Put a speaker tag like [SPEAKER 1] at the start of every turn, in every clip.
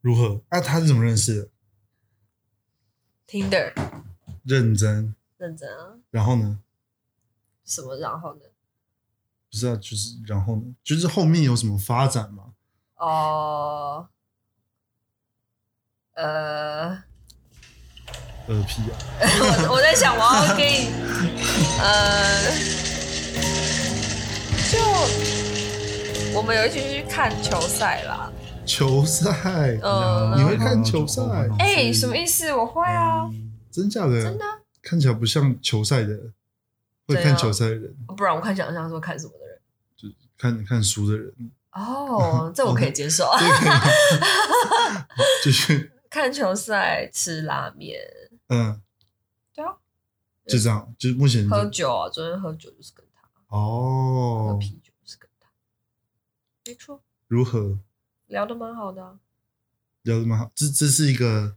[SPEAKER 1] 如何？那、他是怎么认识的？
[SPEAKER 2] Tinder
[SPEAKER 1] 认真，
[SPEAKER 2] 认真啊，
[SPEAKER 1] 然后呢？
[SPEAKER 2] 什么然后呢？
[SPEAKER 1] 不知道，就是然后呢？就是后面有什么发展吗？
[SPEAKER 2] 哦，呃，
[SPEAKER 1] 呃屁啊！
[SPEAKER 2] 我我在想我要给你，呃，就我们有一起去看球赛啦。
[SPEAKER 1] 球赛，
[SPEAKER 2] 嗯
[SPEAKER 1] 你会看球赛
[SPEAKER 2] 哎、什么意思？我会啊，
[SPEAKER 1] 真假的？
[SPEAKER 2] 真的啊。
[SPEAKER 1] 看起来不像球赛的人，会
[SPEAKER 2] 怎
[SPEAKER 1] 看
[SPEAKER 2] 样
[SPEAKER 1] 球赛的人，
[SPEAKER 2] 不然我看想象是会看什么的人。
[SPEAKER 1] 就是看看书的人，
[SPEAKER 2] 哦，这我可以接受。
[SPEAKER 1] 这个好 就是
[SPEAKER 2] 看球赛、吃拉面，
[SPEAKER 1] 嗯，
[SPEAKER 2] 对啊，
[SPEAKER 1] 就这样，就是目前就
[SPEAKER 2] 喝酒啊，昨天喝酒就是跟他，喝
[SPEAKER 1] 哦，
[SPEAKER 2] 啤酒就是跟他，没错，
[SPEAKER 1] 如何
[SPEAKER 2] 聊得蛮好的、啊，
[SPEAKER 1] 聊得蛮好，这这是一个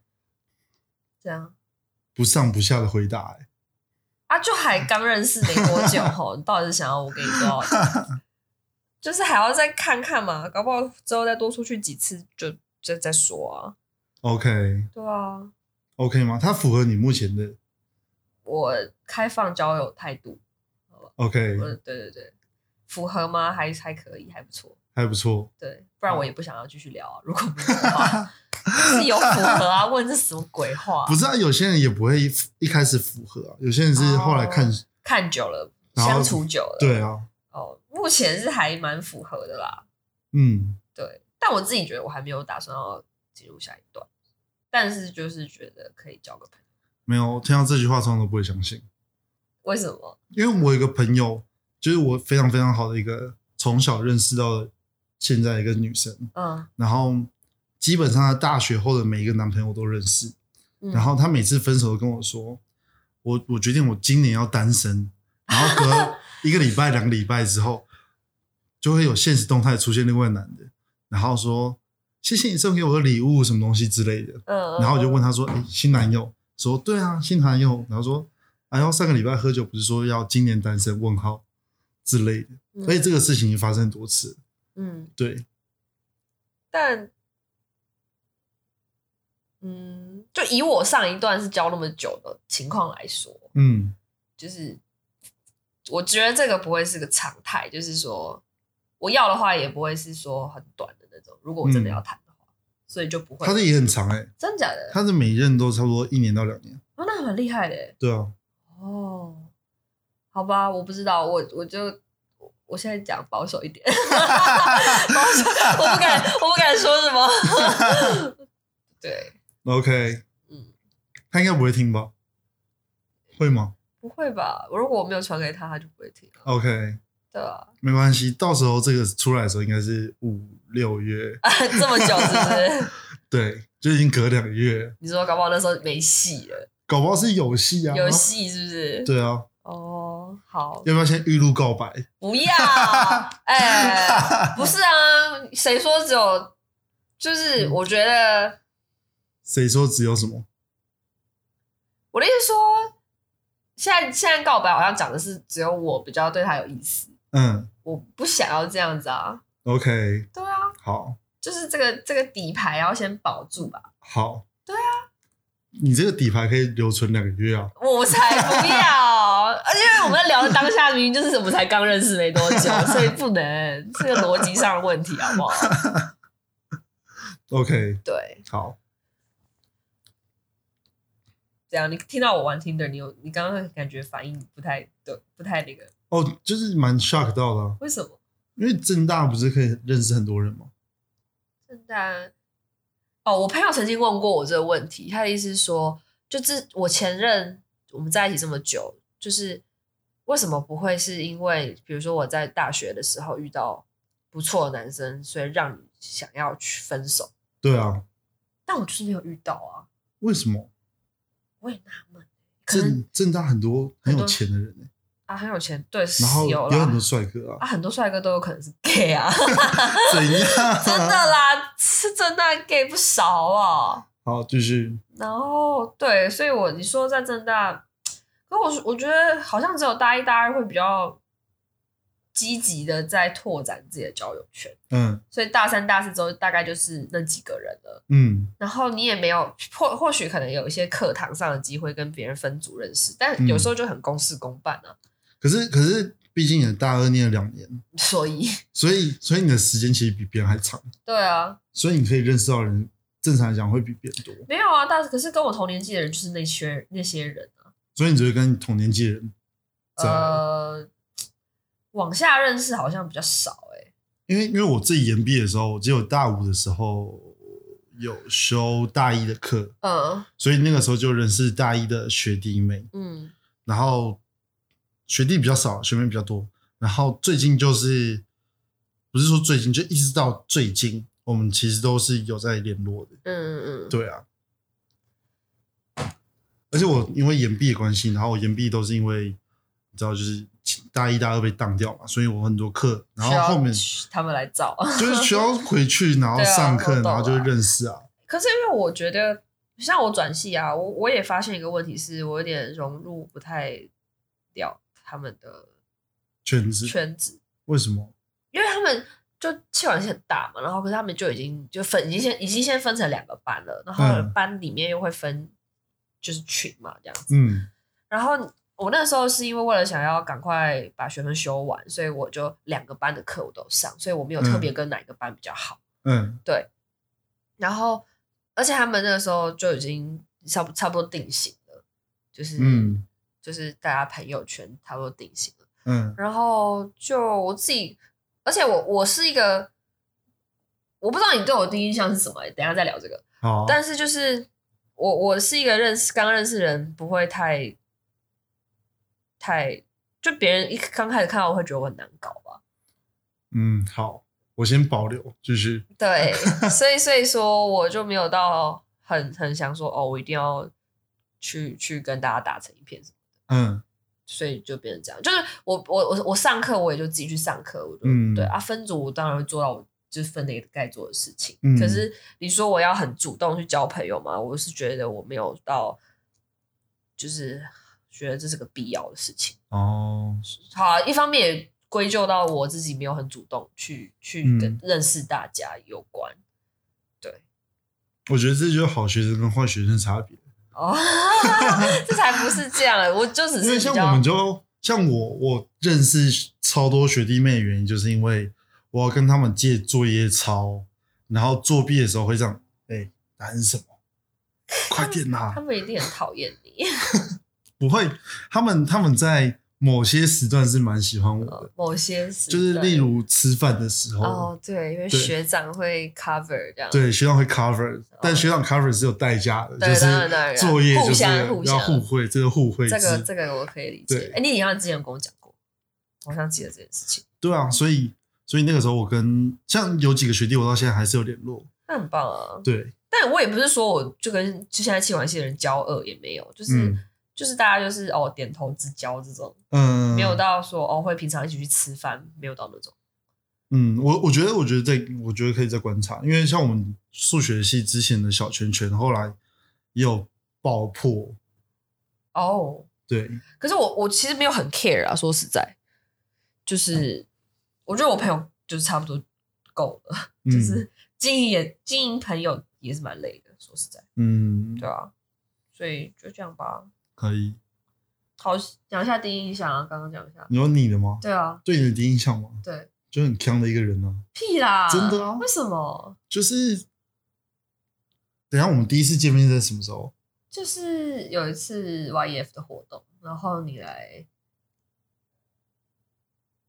[SPEAKER 2] 这样
[SPEAKER 1] 不上不下的回答、欸，
[SPEAKER 2] 啊，就还刚认识没多久 吼，你到底是想要我给你多少钱？就是还要再看看嘛，搞不好之后再多出去几次就就再说啊。
[SPEAKER 1] OK
[SPEAKER 2] 对啊，
[SPEAKER 1] OK 吗？它符合你目前的
[SPEAKER 2] 我开放交友态度，
[SPEAKER 1] OK，
[SPEAKER 2] 我对对对，符合吗？还还可以，还不错。
[SPEAKER 1] 还不错。
[SPEAKER 2] 对，不然我也不想要继续聊、啊。如果没有的话， 是有符合啊？问这什么鬼话？
[SPEAKER 1] 不是啊，有些人也不会一一开始符合啊，有些人是后来看，
[SPEAKER 2] 哦看久了，
[SPEAKER 1] 然后
[SPEAKER 2] 相处久了，
[SPEAKER 1] 对啊，
[SPEAKER 2] 哦，目前是还蛮符合的啦。
[SPEAKER 1] 嗯，
[SPEAKER 2] 对，但我自己觉得我还没有打算要进入下一段，但是就是觉得可以交个朋友。
[SPEAKER 1] 没有听到这句话，通常都不会相信。
[SPEAKER 2] 为什么？
[SPEAKER 1] 因为我有一个朋友，就是我非常非常好的一个从小认识到的现在的一个女生，
[SPEAKER 2] 嗯，
[SPEAKER 1] 然后基本上她大学后的每一个男朋友都认识，
[SPEAKER 2] 嗯
[SPEAKER 1] 然后她每次分手都跟我说，我我决定我今年要单身，然后隔一个礼拜两个礼拜之后， 就会有现实动态出现另外一个男的，然后说谢谢你送给我的礼物什么东西之类的，
[SPEAKER 2] 嗯，
[SPEAKER 1] 然后我就问
[SPEAKER 2] 他，
[SPEAKER 1] 他说：“哎、新男友？”说：“对啊，新男友。”然后说：“哎呦，上个礼拜喝酒不是说要今年单身？”问号之类的。
[SPEAKER 2] 嗯
[SPEAKER 1] 而且这个事情已经发生很多次了。
[SPEAKER 2] 嗯，
[SPEAKER 1] 对，
[SPEAKER 2] 但嗯，就以我上一段是交那么久的情况来说，
[SPEAKER 1] 嗯，
[SPEAKER 2] 就是我觉得这个不会是个常态，就是说我要的话也不会是说很短的那种。如果我
[SPEAKER 1] 嗯
[SPEAKER 2] 真的要谈的话，所以就不会。
[SPEAKER 1] 他的也很长哎、
[SPEAKER 2] 真假的，
[SPEAKER 1] 他的每一任都差不多一年到两年。
[SPEAKER 2] 哦、那还蛮厉害的耶
[SPEAKER 1] 对啊，
[SPEAKER 2] 哦。好吧，我不知道，我我就我我现在讲保守一点，保守，我不敢，我不敢说什么。对，
[SPEAKER 1] ，OK，
[SPEAKER 2] 嗯，
[SPEAKER 1] 他应该不会听吧？会吗
[SPEAKER 2] 不会吧？如果我没有传给他，他就不会听了。
[SPEAKER 1] ？OK，
[SPEAKER 2] 对啊，
[SPEAKER 1] 没关系，到时候这个出来的时候应该是五六月，
[SPEAKER 2] 这么久是不是？
[SPEAKER 1] 对，就已经隔两个月了，
[SPEAKER 2] 你说搞不好那时候没戏了，
[SPEAKER 1] 搞不好是有戏啊，
[SPEAKER 2] 有，戏是不是？
[SPEAKER 1] 对啊，
[SPEAKER 2] 哦，好，
[SPEAKER 1] 要不要先预录告白？
[SPEAKER 2] 不要，哎、不是啊，谁说只有？就是我觉得
[SPEAKER 1] 谁说只有什么？
[SPEAKER 2] 我的意思说，现在现在告白好像讲的是只有我比较对他有意思，
[SPEAKER 1] 嗯
[SPEAKER 2] 我不想要这样子啊。
[SPEAKER 1] ，OK，
[SPEAKER 2] 对啊，
[SPEAKER 1] 好，
[SPEAKER 2] 就是这个这个底牌要先保住吧。
[SPEAKER 1] 好，对啊，你这个底牌可以留存两个月啊，
[SPEAKER 2] 我才不要， 而且因为我们在聊的当下，明明就是我们才刚认识没多久，所以不能这个逻辑上的问题，好不好？
[SPEAKER 1] ，OK，
[SPEAKER 2] 对，
[SPEAKER 1] 好，
[SPEAKER 2] 这样你听到我玩 Tinder，你有你刚刚感觉反应不太对，不太那个，
[SPEAKER 1] 哦，就是蛮 shock 到的啊、
[SPEAKER 2] 为什么？
[SPEAKER 1] 因为正大不是可以认识很多人吗？
[SPEAKER 2] 圣诞哦，我朋友曾经问过我这个问题，他的意思是说，就是我前任我们在一起这么久，就是为什么不会是因为，比如说我在大学的时候遇到不错的男生，所以让你想要去分手？
[SPEAKER 1] 对啊，
[SPEAKER 2] 但我就是没有遇到啊，
[SPEAKER 1] 为什么
[SPEAKER 2] 我也纳闷，可能
[SPEAKER 1] 正正大很多很有
[SPEAKER 2] 很多
[SPEAKER 1] 钱的人、欸，
[SPEAKER 2] 啊很有钱，对，
[SPEAKER 1] 然后
[SPEAKER 2] 有
[SPEAKER 1] 有
[SPEAKER 2] 啦
[SPEAKER 1] 很多帅哥啊，
[SPEAKER 2] 啊很多帅哥都有可能是 gay 啊，
[SPEAKER 1] 怎样？啊
[SPEAKER 2] 真的啦，是真的 gay 不少啊。
[SPEAKER 1] 好，就是
[SPEAKER 2] 然后对，所以我你说在正大，可我我觉得好像只有大一大二会比较积极的在拓展自己的交友圈，
[SPEAKER 1] 嗯
[SPEAKER 2] 所以大三、大四之后大概就是那几个人了。
[SPEAKER 1] 嗯
[SPEAKER 2] 然后你也没有或或许可能有一些课堂上的机会跟别人分组认识，但
[SPEAKER 1] 嗯
[SPEAKER 2] 有时候就很公事公办啊。
[SPEAKER 1] 可是可是，毕竟你大二念了两年，
[SPEAKER 2] 所以，
[SPEAKER 1] 所以所以你的时间其实比别人还长，
[SPEAKER 2] 对啊，
[SPEAKER 1] 所以你可以认识到的人，正常来讲会比别人多，
[SPEAKER 2] 没有啊。但是可是跟我同年纪的人就是那些那些人啊，
[SPEAKER 1] 所以你只会跟同年纪的人在，
[SPEAKER 2] 呃，往下认识好像比较少哎、
[SPEAKER 1] 因为因为我自己研毕的时候，我只有大五的时候有修大一的课，
[SPEAKER 2] 嗯
[SPEAKER 1] 所以那个时候就认识大一的学弟妹，
[SPEAKER 2] 嗯
[SPEAKER 1] 然后学弟比较少，学妹比较多。然后最近就是不是说最近，就一直到最近，我们其实都是有在联络的。
[SPEAKER 2] 嗯嗯嗯，
[SPEAKER 1] 对啊，而且我因为延毕的关系，然后我延毕都是因为你知道，就是大一、大二被当掉嘛，所以我很多课，然
[SPEAKER 2] 需要
[SPEAKER 1] 后后面
[SPEAKER 2] 他们来找。
[SPEAKER 1] 就是需要回去，然后
[SPEAKER 2] 对啊
[SPEAKER 1] 上
[SPEAKER 2] 我
[SPEAKER 1] 课，
[SPEAKER 2] 懂
[SPEAKER 1] 然后就会
[SPEAKER 2] 啊
[SPEAKER 1] 认识啊。
[SPEAKER 2] 可是因为我觉得，像我转系啊，我我也发现一个问题是，我有点融入不太了他们的
[SPEAKER 1] 圈子
[SPEAKER 2] 圈子，
[SPEAKER 1] 为什么？
[SPEAKER 2] 因为他们就气管系很大嘛，然后可是他们就已经就分已经先已经先分成两个班了，然后
[SPEAKER 1] 嗯
[SPEAKER 2] 班里面又会分就是群嘛这样子，
[SPEAKER 1] 嗯
[SPEAKER 2] 然后。我那时候是因为为了想要赶快把学分修完，所以我就两个班的课我都上，所以我没有特别跟哪一个班比较好。
[SPEAKER 1] 嗯
[SPEAKER 2] 然后，而且他们那个时候就已经差不差不多定型了，就是、
[SPEAKER 1] 嗯
[SPEAKER 2] 就是大家朋友圈差不多定型了。
[SPEAKER 1] 嗯
[SPEAKER 2] 然后就我自己，而且我我是一个，我不知道你对我第一印象是什么，等一下再聊这个。
[SPEAKER 1] 好，
[SPEAKER 2] 但是就是我我是一个认识刚认识人不会太太就别人一刚开始看到我会觉得我很难搞吧。
[SPEAKER 1] 嗯好，我先保留，就是
[SPEAKER 2] 对，所以所以说我就没有到很很想说哦，我一定要去去跟大家打成一片，
[SPEAKER 1] 嗯
[SPEAKER 2] 所以就变成这样。就是我我我我上课我也就自己去上课，我就、
[SPEAKER 1] 嗯
[SPEAKER 2] 对啊，分组我当然会做到我就是分内该做的事情。
[SPEAKER 1] 嗯
[SPEAKER 2] 可是你说我要很主动去交朋友嘛，我是觉得我没有到，就是觉得这是个必要的事情。
[SPEAKER 1] 哦，
[SPEAKER 2] 好啊、一方面也归咎到我自己没有很主动去去
[SPEAKER 1] 嗯
[SPEAKER 2] 跟认识大家有关。对。
[SPEAKER 1] 我觉得这就是好学生跟坏学生差别。
[SPEAKER 2] 哦， 这才不是这样欸，我就只
[SPEAKER 1] 因
[SPEAKER 2] 是
[SPEAKER 1] 为
[SPEAKER 2] 比
[SPEAKER 1] 像
[SPEAKER 2] 较
[SPEAKER 1] 我们就像我，我认识超多学弟妹的原因，就是因为我要跟他们借作业抄，然后作弊的时候会这样，哎、答案是什么？快点啦、
[SPEAKER 2] 他们一定很讨厌你。
[SPEAKER 1] 不会，他们他们在某些时段是蛮喜欢我的，
[SPEAKER 2] 呃某些时
[SPEAKER 1] 就是
[SPEAKER 2] 段
[SPEAKER 1] 例如吃饭的时候，
[SPEAKER 2] 哦，对，因为
[SPEAKER 1] 对
[SPEAKER 2] 学长会 cover 这样，
[SPEAKER 1] 对学长会 cover，、但学长 cover 是有代价的，
[SPEAKER 2] 哦对
[SPEAKER 1] 就是
[SPEAKER 2] 当然当然
[SPEAKER 1] 作业就是
[SPEAKER 2] 互相
[SPEAKER 1] 要
[SPEAKER 2] 互相
[SPEAKER 1] 互惠，这个互惠制，
[SPEAKER 2] 这个这个我可以理解
[SPEAKER 1] 对。
[SPEAKER 2] 哎，你好像之前有跟我讲过，我好像记得这件事情，
[SPEAKER 1] 对啊，所以所以那个时候我跟像有几个学弟，我到现在还是有联络，
[SPEAKER 2] 那很棒啊。
[SPEAKER 1] 对，
[SPEAKER 2] 但我也不是说我就跟就现在气管系的人交恶也没有，就是
[SPEAKER 1] 嗯。
[SPEAKER 2] 就是大家就是哦点头之交这种，
[SPEAKER 1] 嗯，
[SPEAKER 2] 没有到说哦会平常一起去吃饭，没有到那种。
[SPEAKER 1] 嗯，我我觉得，我觉得在，我觉得可以再观察，因为像我们数学系之前的小圈圈，后来也有爆破，
[SPEAKER 2] 哦，
[SPEAKER 1] 对，
[SPEAKER 2] 可是我我其实没有很 care 啊，说实在，就是我觉得我朋友就是差不多够了，
[SPEAKER 1] 嗯、
[SPEAKER 2] 就是经营也经营朋友也是蛮累的，说实在，
[SPEAKER 1] 嗯，
[SPEAKER 2] 对啊，所以就这样吧。
[SPEAKER 1] 可以。
[SPEAKER 2] 好，讲一下第一印象啊，刚刚讲一下，
[SPEAKER 1] 你有你的吗？
[SPEAKER 2] 对啊，
[SPEAKER 1] 对你的第一印象吗？
[SPEAKER 2] 对，
[SPEAKER 1] 就很强的一个人呢、
[SPEAKER 2] 屁啦，
[SPEAKER 1] 真的啊
[SPEAKER 2] 为什么？
[SPEAKER 1] 就是，等一下我们第一次见面是在什么时候？
[SPEAKER 2] 就是有一次 YF 的活动，然后你来，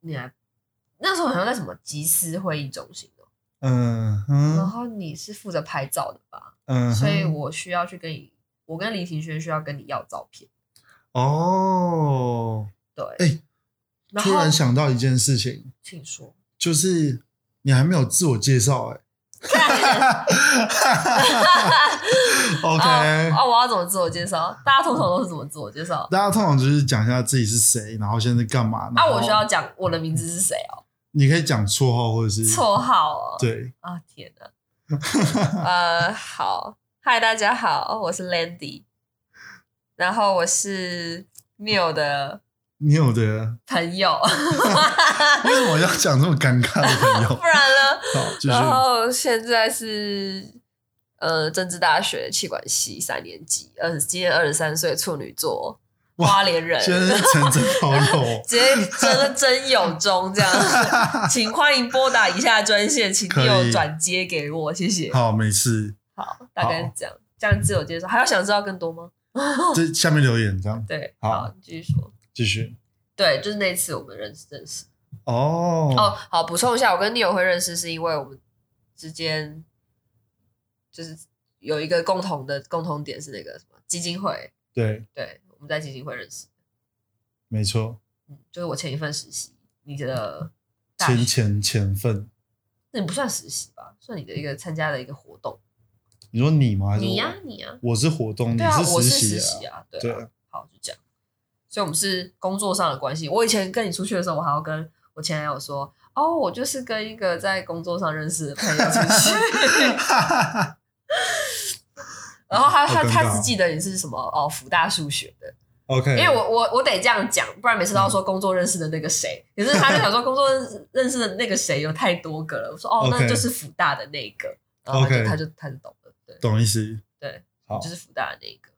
[SPEAKER 2] 你来，那时候好像在什么集思会议中心哦，
[SPEAKER 1] 嗯
[SPEAKER 2] 然
[SPEAKER 1] 哼，
[SPEAKER 2] 后你是负责拍照的吧？
[SPEAKER 1] 嗯哼，
[SPEAKER 2] 哦所以我需要去跟你，我跟李庭轩需要跟你要照片。
[SPEAKER 1] 哦，
[SPEAKER 2] 对，
[SPEAKER 1] 哎
[SPEAKER 2] 然后
[SPEAKER 1] 突然想到一件事情，
[SPEAKER 2] 请说，
[SPEAKER 1] 就是你还没有自我介绍、 欸，OK，、
[SPEAKER 2] 哦哦，我要怎么自我介绍？大家通常都是怎么自我介绍？
[SPEAKER 1] 大家通常就是讲一下自己是谁，然后现在在干嘛。
[SPEAKER 2] 啊，
[SPEAKER 1] 然后
[SPEAKER 2] 我需要讲我的名字是谁哦，
[SPEAKER 1] 你可以讲绰号或者是
[SPEAKER 2] 绰号哦。
[SPEAKER 1] 对，
[SPEAKER 2] 啊，天哪！呃，好，嗨，大家好，我是 Landy，然后我是 Neil 的
[SPEAKER 1] 你有的，
[SPEAKER 2] 朋友，
[SPEAKER 1] 为什么要讲这么尴尬的朋友？
[SPEAKER 2] 不然呢？
[SPEAKER 1] 好，继续。
[SPEAKER 2] 然后现在是呃，政治大学气管系三年级，呃，今年二十三岁，处女座，
[SPEAKER 1] 哇
[SPEAKER 2] 花莲人，
[SPEAKER 1] 先是陈真好
[SPEAKER 2] ，
[SPEAKER 1] 友
[SPEAKER 2] 直接真的真有中 这样，请欢迎拨打以下专线，请
[SPEAKER 1] 可以
[SPEAKER 2] 你有转接给我，谢谢。
[SPEAKER 1] 好，没事，
[SPEAKER 2] 好，大概是这样，这样自我介绍，还要想知道更多吗？
[SPEAKER 1] 这下面留言这样
[SPEAKER 2] 对，
[SPEAKER 1] 好
[SPEAKER 2] 好，你继续说。
[SPEAKER 1] 继续。
[SPEAKER 2] 对，就是那次我们认识认识。
[SPEAKER 1] 哦，
[SPEAKER 2] 哦，好，补充一下，我跟 Neo 会认识是因为我们之间就是有一个共同的共同点是那个什么基金会，
[SPEAKER 1] 对，
[SPEAKER 2] 对，我们在基金会认识，
[SPEAKER 1] 没错，
[SPEAKER 2] 嗯，就是我前一份实习，你的大
[SPEAKER 1] 前
[SPEAKER 2] 学
[SPEAKER 1] 前前份，
[SPEAKER 2] 那你不算实习吧，算你的一个参加的一个活动，
[SPEAKER 1] 你说你吗？还是我
[SPEAKER 2] 你呀、你呀、
[SPEAKER 1] 我是活动，你
[SPEAKER 2] 对啊，我是
[SPEAKER 1] 习
[SPEAKER 2] 实习啊，对啊，
[SPEAKER 1] 对
[SPEAKER 2] 好就这样，所以我们是工作上的关系。我以前跟你出去的时候，我还要跟我前男友说，哦，我就是跟一个在工作上认识的朋友出去。
[SPEAKER 1] 啊。
[SPEAKER 2] 然后他
[SPEAKER 1] 好
[SPEAKER 2] 他
[SPEAKER 1] 尴尬
[SPEAKER 2] 他只记得你是什么哦，福大数学的，
[SPEAKER 1] OK，
[SPEAKER 2] 因为我我我得这样讲，不然每次
[SPEAKER 1] 嗯
[SPEAKER 2] 都要说工作认识的那个谁。可是他就想说工作认识认识的那个谁有太多个了，我说哦，那
[SPEAKER 1] OK
[SPEAKER 2] 就是福大的那个，然后他就
[SPEAKER 1] OK
[SPEAKER 2] 他就他就懂了，对
[SPEAKER 1] 懂意思。
[SPEAKER 2] 对，
[SPEAKER 1] 好
[SPEAKER 2] 就，是福大的那一个。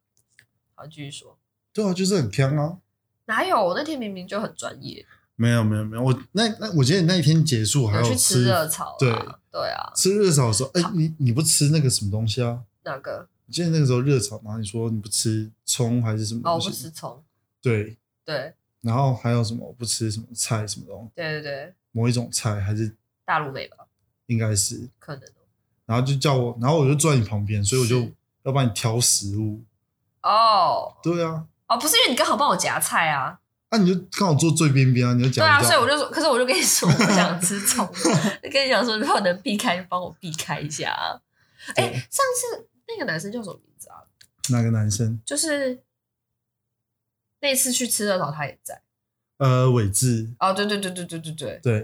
[SPEAKER 2] 好，继续说，
[SPEAKER 1] 对啊，就是很坑啊。
[SPEAKER 2] 哪有？我那天明明就很专业，
[SPEAKER 1] 没有没有没有，我那那我记得你那一天结束还
[SPEAKER 2] 有
[SPEAKER 1] 有
[SPEAKER 2] 去吃
[SPEAKER 1] 吃
[SPEAKER 2] 热炒
[SPEAKER 1] 对
[SPEAKER 2] 啦，对啊，
[SPEAKER 1] 吃热炒的时候，哎、你你不吃那个什么东西啊？
[SPEAKER 2] 那个
[SPEAKER 1] 我记得那个时候热炒，然后你说你不吃葱还是什么
[SPEAKER 2] 哦，
[SPEAKER 1] 东
[SPEAKER 2] 我
[SPEAKER 1] 西？
[SPEAKER 2] 不吃葱，
[SPEAKER 1] 对，
[SPEAKER 2] 对
[SPEAKER 1] 然后还有什么我不吃什么菜什么东西，
[SPEAKER 2] 对对对，
[SPEAKER 1] 某一种菜还是
[SPEAKER 2] 大陆妹吧，
[SPEAKER 1] 应该是，
[SPEAKER 2] 可能
[SPEAKER 1] 然后就叫我，然后我就坐在你旁边，所以我就是要帮你挑食物。
[SPEAKER 2] 哦
[SPEAKER 1] 对啊，
[SPEAKER 2] 哦，不是因为你刚好帮我夹菜啊，
[SPEAKER 1] 那、你就刚好坐最边边啊，你就
[SPEAKER 2] 对
[SPEAKER 1] 讲
[SPEAKER 2] 啊，
[SPEAKER 1] 一
[SPEAKER 2] 所
[SPEAKER 1] 下
[SPEAKER 2] 以我就说，可是我就跟你说，我不 想吃葱，就跟你讲说，如果能避开，帮我避开一下啊。哎、
[SPEAKER 1] 对
[SPEAKER 2] 上次那个男生叫什么名字啊？
[SPEAKER 1] 那个男生，
[SPEAKER 2] 就是那次去吃热炒，他也在。
[SPEAKER 1] 呃，伟志，
[SPEAKER 2] 哦，对对对对对对对，
[SPEAKER 1] 对，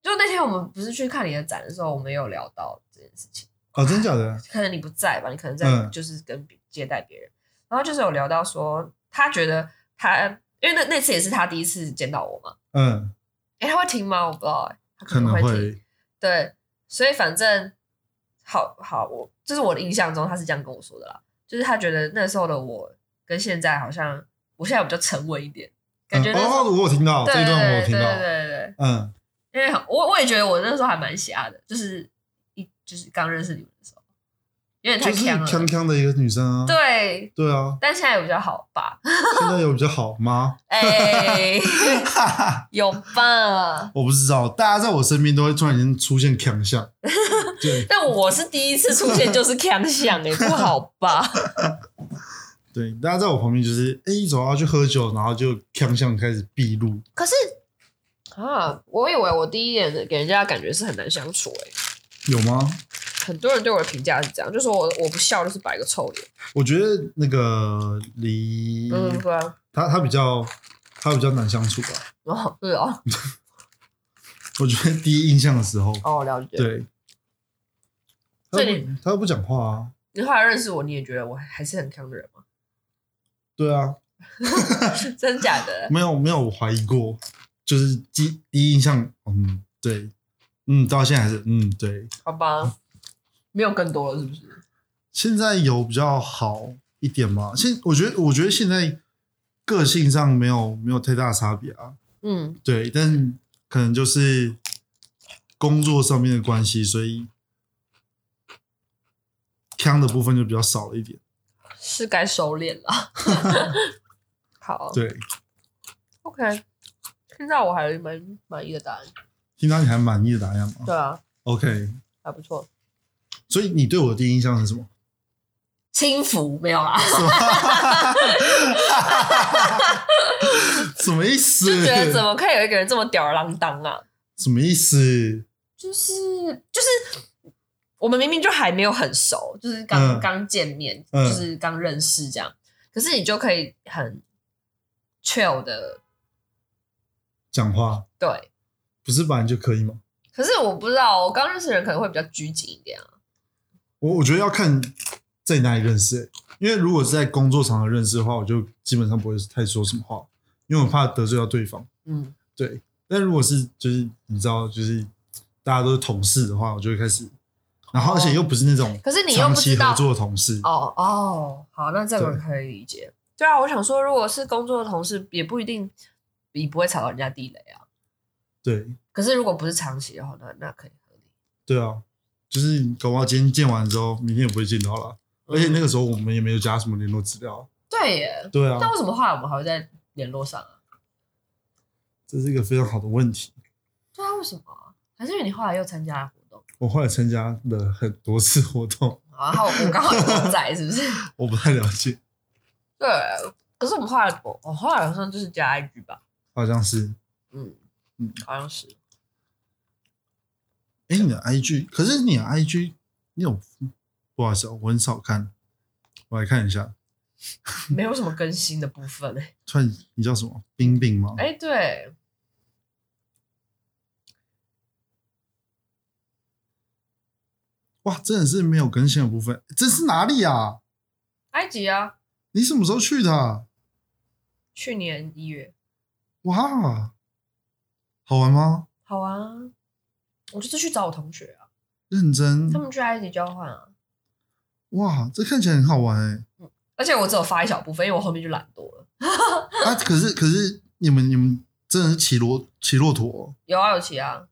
[SPEAKER 2] 就那天我们不是去看你的展的时候，我们有聊到这件事情。
[SPEAKER 1] 哦，真假的？
[SPEAKER 2] 可能你不在吧，你可能在
[SPEAKER 1] 嗯
[SPEAKER 2] 就是跟别接待别人，然后就是有聊到说，他觉得他因为那那次也是他第一次见到我嘛，
[SPEAKER 1] 嗯，
[SPEAKER 2] 哎、他会听吗？我不知道、哎，他
[SPEAKER 1] 可
[SPEAKER 2] 能
[SPEAKER 1] 能
[SPEAKER 2] 会听。
[SPEAKER 1] 会，
[SPEAKER 2] 对，所以反正好好，我这是我的印象中他是这样跟我说的啦，就是他觉得那时候的我跟现在好像，我现在比较沉稳一点，感觉
[SPEAKER 1] 嗯
[SPEAKER 2] 那时
[SPEAKER 1] 哦，
[SPEAKER 2] 候、
[SPEAKER 1] 我有听到
[SPEAKER 2] 对
[SPEAKER 1] 这一
[SPEAKER 2] 对
[SPEAKER 1] 段，我有
[SPEAKER 2] 对
[SPEAKER 1] 听
[SPEAKER 2] 对
[SPEAKER 1] 到，
[SPEAKER 2] 对对，
[SPEAKER 1] 嗯，
[SPEAKER 2] 因为很我我也觉得我那时候还蛮瞎的，就是一就是刚认识你们的时候，有点太
[SPEAKER 1] 就是
[SPEAKER 2] 强了，
[SPEAKER 1] 锵锵的一个女生啊，
[SPEAKER 2] 对，
[SPEAKER 1] 对啊，
[SPEAKER 2] 但现在有比较好吧？
[SPEAKER 1] 现在有比较好吗？
[SPEAKER 2] 哎、
[SPEAKER 1] 哈哈，
[SPEAKER 2] 有吧？
[SPEAKER 1] 我不知道，大家在我身边都会突然间出现强 项，对
[SPEAKER 2] 但我是第一次出现就是强项哎，不好吧？
[SPEAKER 1] 对，大家在我旁边就是，哎、一走要去喝酒，然后就强项开始闭路，
[SPEAKER 2] 可是啊，我以为我第一眼给人家的感觉是很难相处哎、
[SPEAKER 1] 有吗？
[SPEAKER 2] 很多人对我的评价是这样，就说我我不笑就是摆个臭脸，不
[SPEAKER 1] 我觉得那个离、
[SPEAKER 2] 嗯不然
[SPEAKER 1] 他他比较他比较难相处吧，
[SPEAKER 2] 哦对哦
[SPEAKER 1] 我觉得第一印象的时 候，
[SPEAKER 2] 哦了解。
[SPEAKER 1] 对，他
[SPEAKER 2] 所以
[SPEAKER 1] 又不他又不讲话啊，
[SPEAKER 2] 你后来认识我，你也觉得我还是很强的人吗？
[SPEAKER 1] 对啊，
[SPEAKER 2] 真假的？
[SPEAKER 1] 没有没有怀疑过，就是第第一印象，嗯，对，嗯，到现在还是嗯，对，
[SPEAKER 2] 好吧，没有更多了是不是？
[SPEAKER 1] 现在有比较好一点吗？现我觉得我觉得现在个性上没有没有太大差别啊，
[SPEAKER 2] 嗯，
[SPEAKER 1] 对，但可能就是工作上面的关系，所以腔的部分就比较少了一点，
[SPEAKER 2] 是该收敛了。 好，
[SPEAKER 1] 对。
[SPEAKER 2] OK，现在我还蛮满意的答案。
[SPEAKER 1] 听到你还满意的答案吗
[SPEAKER 2] 对啊，
[SPEAKER 1] ？OK，
[SPEAKER 2] 还不错。
[SPEAKER 1] 所以你对我的第一印象是什么？
[SPEAKER 2] 轻浮没有啦，
[SPEAKER 1] 什么意思？
[SPEAKER 2] 就 觉得怎么可以有一个人这么吊儿郎当啊？
[SPEAKER 1] 什么意思？
[SPEAKER 2] 就是就是，我们明明就还没有很熟，就是刚
[SPEAKER 1] 嗯
[SPEAKER 2] 刚、见面，
[SPEAKER 1] 嗯
[SPEAKER 2] 就是刚认识这样，可是你就可以很 chill 的
[SPEAKER 1] 讲话
[SPEAKER 2] 对。
[SPEAKER 1] 不是本来就可以吗？
[SPEAKER 2] 可是我不知道，我刚认识的人可能会比较拘谨一点啊。
[SPEAKER 1] 我我觉得要看在哪里认识欸、因为如果是在工作场合认识的话，我就基本上不会太说什么话，因因为我怕得罪到对方。
[SPEAKER 2] 嗯，
[SPEAKER 1] 对，但如果是就是你知道，就是大家都是同事的话，我就会开始，然后而且又不是那种
[SPEAKER 2] 哦可是你又
[SPEAKER 1] 长
[SPEAKER 2] 不知
[SPEAKER 1] 期合
[SPEAKER 2] 道
[SPEAKER 1] 作的同事，
[SPEAKER 2] 哦哦，好，那这个可以理解。对啊，我想说，如果是工作的同事，也不一定也不会踩到人家地雷啊。
[SPEAKER 1] 对
[SPEAKER 2] 可是如果不是长期的话，那那可以合理。
[SPEAKER 1] 对啊，就是搞不好今天见完之后，明天也不会见到
[SPEAKER 2] 嗯
[SPEAKER 1] 了。而且那个时候我们也没有加什么联络资料，
[SPEAKER 2] 对耶，
[SPEAKER 1] 对啊，
[SPEAKER 2] 但为什么后来我们还会在联络上啊？
[SPEAKER 1] 这是一个非常好的问题。
[SPEAKER 2] 对啊，为什么啊？还是因为你后来又参加了活动
[SPEAKER 1] 我后来参加了很多次活动，
[SPEAKER 2] 啊？然后我刚好有在，是不是？
[SPEAKER 1] 我不太了解，
[SPEAKER 2] 对，可是我们后来我我后来好像就是加 IG 吧，
[SPEAKER 1] 好像是。
[SPEAKER 2] 嗯
[SPEAKER 1] 嗯
[SPEAKER 2] 好像是。
[SPEAKER 1] 哎、你的 IG，可是你的 IG，你有不好意思哦，我很少看，我来看一下。
[SPEAKER 2] 没有什么更新的部分哎、
[SPEAKER 1] 突然，你叫什么？冰冰吗？
[SPEAKER 2] 哎对，
[SPEAKER 1] 哇，真的是没有更新的部分，这是哪里啊？
[SPEAKER 2] 埃及啊，
[SPEAKER 1] 你什么时候去的啊？
[SPEAKER 2] 去年一月，
[SPEAKER 1] 哇，好玩吗？
[SPEAKER 2] 好啊，我就是去找我同学啊，
[SPEAKER 1] 认真
[SPEAKER 2] 他们去埃及交换啊，
[SPEAKER 1] 哇，这看起来很好玩
[SPEAKER 2] 而且我只有发一小部分，因为我后面就懒惰了。
[SPEAKER 1] 哎、啊，可是可是你们你们真的是骑骆骑骆驼哦，
[SPEAKER 2] 有啊有骑啊，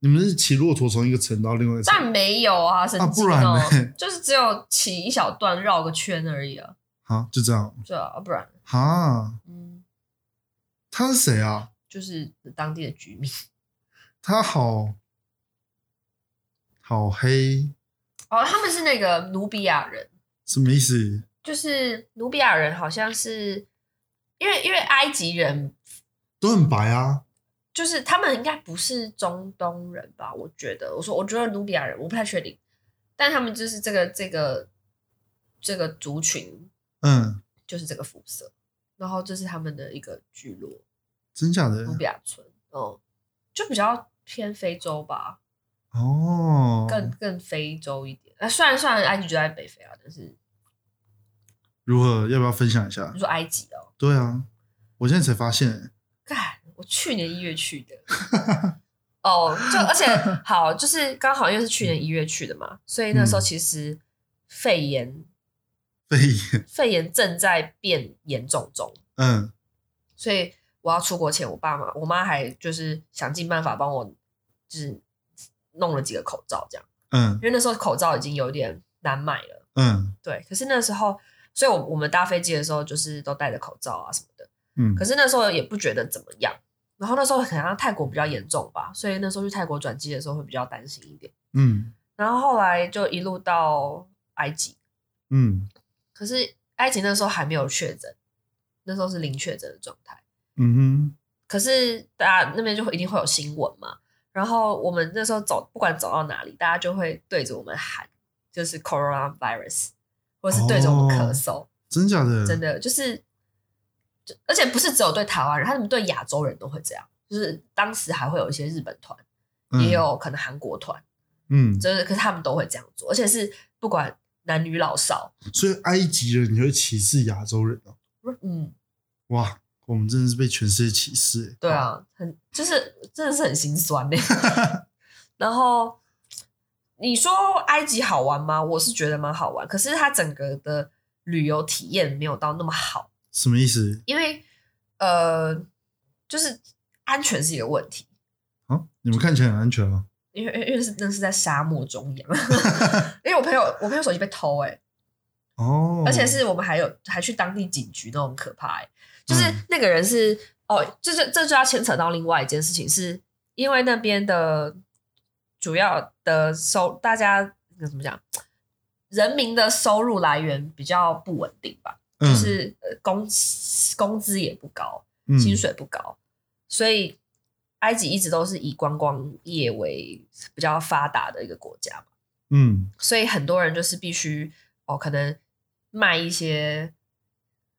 [SPEAKER 1] 你们是骑骆驼从一个城到另外一个
[SPEAKER 2] 但
[SPEAKER 1] 城
[SPEAKER 2] 没有啊，神经
[SPEAKER 1] 不然
[SPEAKER 2] 哦，
[SPEAKER 1] 嘞
[SPEAKER 2] 就是只有骑一小段绕个圈而已啊，
[SPEAKER 1] 啊，就这样
[SPEAKER 2] 对啊，不然
[SPEAKER 1] 啊？
[SPEAKER 2] 嗯，
[SPEAKER 1] 他是谁啊？
[SPEAKER 2] 就是当地的居民。
[SPEAKER 1] 他好好黑，
[SPEAKER 2] 哦，他们是那个努比亚人，
[SPEAKER 1] 什么意思？
[SPEAKER 2] 就是努比亚人好像是因为因为埃及人
[SPEAKER 1] 都很白啊，
[SPEAKER 2] 就是他们应该不是中东人吧？我觉得，我说我觉得努比亚人，我不太确定，但他们就是这个这个这个族群
[SPEAKER 1] 嗯，
[SPEAKER 2] 就是这个肤色，然后这是他们的一个聚落，
[SPEAKER 1] 真假的
[SPEAKER 2] 努比亚村，嗯，就比较偏非洲吧，
[SPEAKER 1] 哦，
[SPEAKER 2] 更更非洲一点。啊，虽然虽然埃及就在北非啊，但是
[SPEAKER 1] 如何？要不要分享一下
[SPEAKER 2] 你？说埃及哦，
[SPEAKER 1] 对啊，我现在才发现、欸，
[SPEAKER 2] 干，我去年一月 去的。哦，就而且好，就是刚好因为是去年一月去的嘛，所以那时候
[SPEAKER 1] 嗯
[SPEAKER 2] 其实肺炎
[SPEAKER 1] 肺炎，
[SPEAKER 2] 肺炎正在变严重中，
[SPEAKER 1] 嗯，
[SPEAKER 2] 所以我要出国前，我爸妈我妈还就是想尽办法帮我，就是弄了几个口罩这样，
[SPEAKER 1] 嗯
[SPEAKER 2] 因为那时候口罩已经有点难买了，
[SPEAKER 1] 嗯
[SPEAKER 2] 对。可是那时候，所以我我们搭飞机的时候就是都戴着口罩啊什么的，
[SPEAKER 1] 嗯
[SPEAKER 2] 可，是那时候也不觉得怎么样。然后那时候可能泰国比较严重吧，所以那时候去泰国转机的时候会比较担心一点。
[SPEAKER 1] 嗯
[SPEAKER 2] 然后后来就一路到埃及，
[SPEAKER 1] 嗯
[SPEAKER 2] 可是埃及那时候还没有确诊，那时候是零确诊的状态。
[SPEAKER 1] 嗯哼，
[SPEAKER 2] 可是大家那边就会一定会有新闻嘛。然后我们那时候走，不管走到哪里，大家就会对着我们喊，就是 coronavirus，或者是对着我们咳嗽，
[SPEAKER 1] 真假的？
[SPEAKER 2] 真的就是，就而且不是只有对台湾人，他们对亚洲人都会这样。就是当时还会有一些日本团，
[SPEAKER 1] 嗯
[SPEAKER 2] 也，有可能韩国团，
[SPEAKER 1] 嗯，
[SPEAKER 2] 就是可是他们都会这样做，而且是不管男女老少，
[SPEAKER 1] 所以埃及人你会歧视亚洲人哦？
[SPEAKER 2] 嗯，
[SPEAKER 1] 哇，我们真的是被全世界歧视、欸，
[SPEAKER 2] 对，啊，很就是真的是很心酸呢、然后你说埃及好玩吗？我是觉得蛮好玩，可是它整个的旅游体验没有到那么好，
[SPEAKER 1] 什么意思
[SPEAKER 2] 因为呃，就是安全是一个问题，
[SPEAKER 1] 啊？你们看起来很安全啊？
[SPEAKER 2] 因为因为因为是那是在沙漠中央， 因为我朋友我朋友手机被偷哎、
[SPEAKER 1] 哦，
[SPEAKER 2] 而且是我们还有还去当地警局那种可怕、欸，就是
[SPEAKER 1] 嗯
[SPEAKER 2] 那个人是、哦，这就这就要牵扯到另外一件事情是，因为那边的主要的收大家那怎么讲，人民的收入来源比较不稳定吧，就
[SPEAKER 1] 嗯
[SPEAKER 2] 是、呃工工资也不高，
[SPEAKER 1] 嗯
[SPEAKER 2] 薪水不高，所以埃及一直都是以观光业为比较发达的一个国家嘛。
[SPEAKER 1] 嗯
[SPEAKER 2] 所以很多人就是必须哦，可能卖一些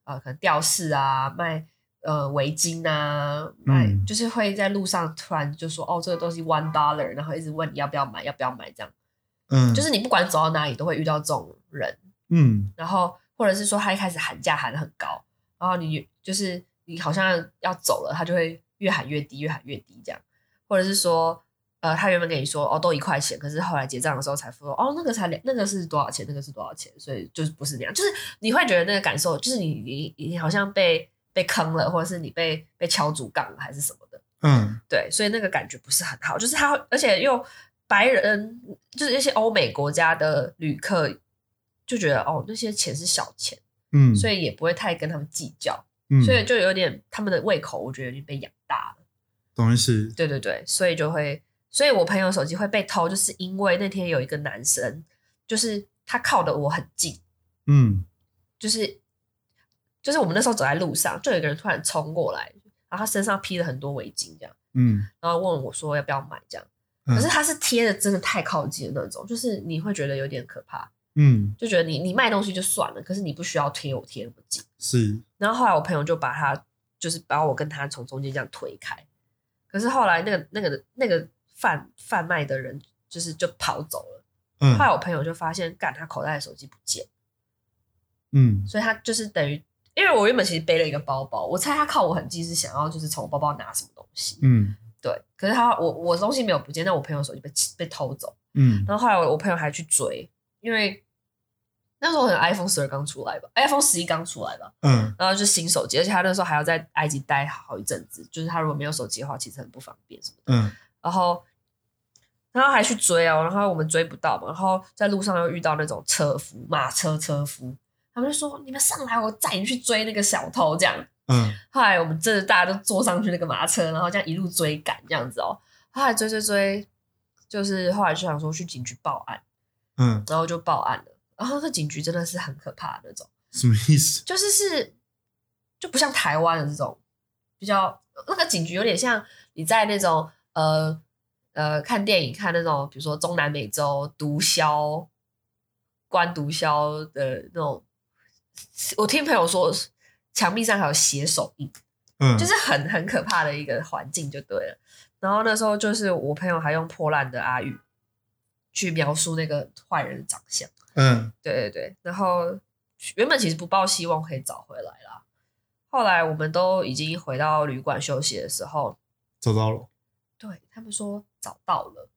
[SPEAKER 2] 呃，可能吊饰啊，卖呃围巾啊，卖、
[SPEAKER 1] 嗯
[SPEAKER 2] 就是会在路上突然就说哦，这个东西 one dollar，然后一直问你要不要买，要不要买这样，
[SPEAKER 1] 嗯，
[SPEAKER 2] 就是你不管走到哪里都会遇到这种人，
[SPEAKER 1] 嗯
[SPEAKER 2] 然后或者是说他一开始喊价喊的很高，然后你就是你好像要走了，他就会越喊越低，越喊越低这样，或者是说，呃，他原本给你说哦都一块钱，可是后来结账的时候才说哦那个才两那个是多少钱，那个是多少钱，所以就是不是那样，就是你会觉得那个感受就是你你你好像被被坑了，或者是你被被敲竹杠了还是什么的，
[SPEAKER 1] 嗯，
[SPEAKER 2] 对，所以那个感觉不是很好，就是他，而且又白人，就是一些欧美国家的旅客就觉得哦，那些钱是小钱，
[SPEAKER 1] 嗯，
[SPEAKER 2] 所
[SPEAKER 1] 以，
[SPEAKER 2] 以也不会太跟他们计较，
[SPEAKER 1] 嗯，
[SPEAKER 2] 所以就有点他们的胃口，我觉得有点被养大了。
[SPEAKER 1] 懂意思，
[SPEAKER 2] 对对对，所以就会，所以我朋友手机会被偷，就是因为那天有一个男生，就是他靠的我很近，
[SPEAKER 1] 嗯，
[SPEAKER 2] 就是就是我们那时候走在路上，就有一个人突然冲过来，然后他身上披了很多围巾这样。
[SPEAKER 1] 嗯，
[SPEAKER 2] 然后问我说要不要买这样，
[SPEAKER 1] 嗯
[SPEAKER 2] 可是它是贴的真的太靠近的那种，就是你会觉得有点可怕，
[SPEAKER 1] 嗯，
[SPEAKER 2] 就觉得你你卖东西就算了，可是你不需要贴我贴那么近。
[SPEAKER 1] 是，
[SPEAKER 2] 然后后来我朋友就把他就是把我跟他从中间这样推开，可是后来那个那个那个贩贩卖的人就是就跑走了。
[SPEAKER 1] 嗯
[SPEAKER 2] 后，来我朋友就发现，干他口袋的手机不见，
[SPEAKER 1] 嗯，
[SPEAKER 2] 所以他就是等于。因为我原本其实背了一个包包，我猜他靠我很近是想要就是从我包包拿什么东西，
[SPEAKER 1] 嗯，
[SPEAKER 2] 对。可是他我我东西没有不见，但我朋友手机被被偷走，
[SPEAKER 1] 嗯，
[SPEAKER 2] 然后后来我我朋友还去追，因为那时候可能 iPhone 十二刚出来吧，iPhone 十一刚出来吧，
[SPEAKER 1] 嗯，
[SPEAKER 2] 然后就新手机，而且他那时候还要在埃及待好一阵子，就是他如果没有手机的话，其实很不方便什么的。
[SPEAKER 1] 嗯，
[SPEAKER 2] 然后，然后还去追哦，然后我们追不到嘛，然后在路上又遇到那种车夫，马车车夫，他们就说你们上来，我载你去追那个小偷这样。
[SPEAKER 1] 嗯，
[SPEAKER 2] 后来我们真的大家都坐上去那个马车，然后这样一路追赶这样子哦。后来追追追，就是后来就想说去警局报案，
[SPEAKER 1] 嗯，
[SPEAKER 2] 然后就报案了。然后那警局真的是很可怕的那种，
[SPEAKER 1] 什么意思？
[SPEAKER 2] 就是是就不像台湾的这种比较那个警局有点像你在那种呃呃看电影看那种比如说中南美洲毒枭关毒枭的那种，我听朋友说墙壁上还有血手印。
[SPEAKER 1] 嗯，
[SPEAKER 2] 就是很很可怕的一个环境就对了。然后那时候就是我朋友还用破烂的阿玉去描述那个坏人的长相，
[SPEAKER 1] 嗯，
[SPEAKER 2] 对对对。然后原本其实不抱希望可以找回来啦，后来我们都已经回到旅馆休息的时候，
[SPEAKER 1] 找到了，
[SPEAKER 2] 对他们说找到了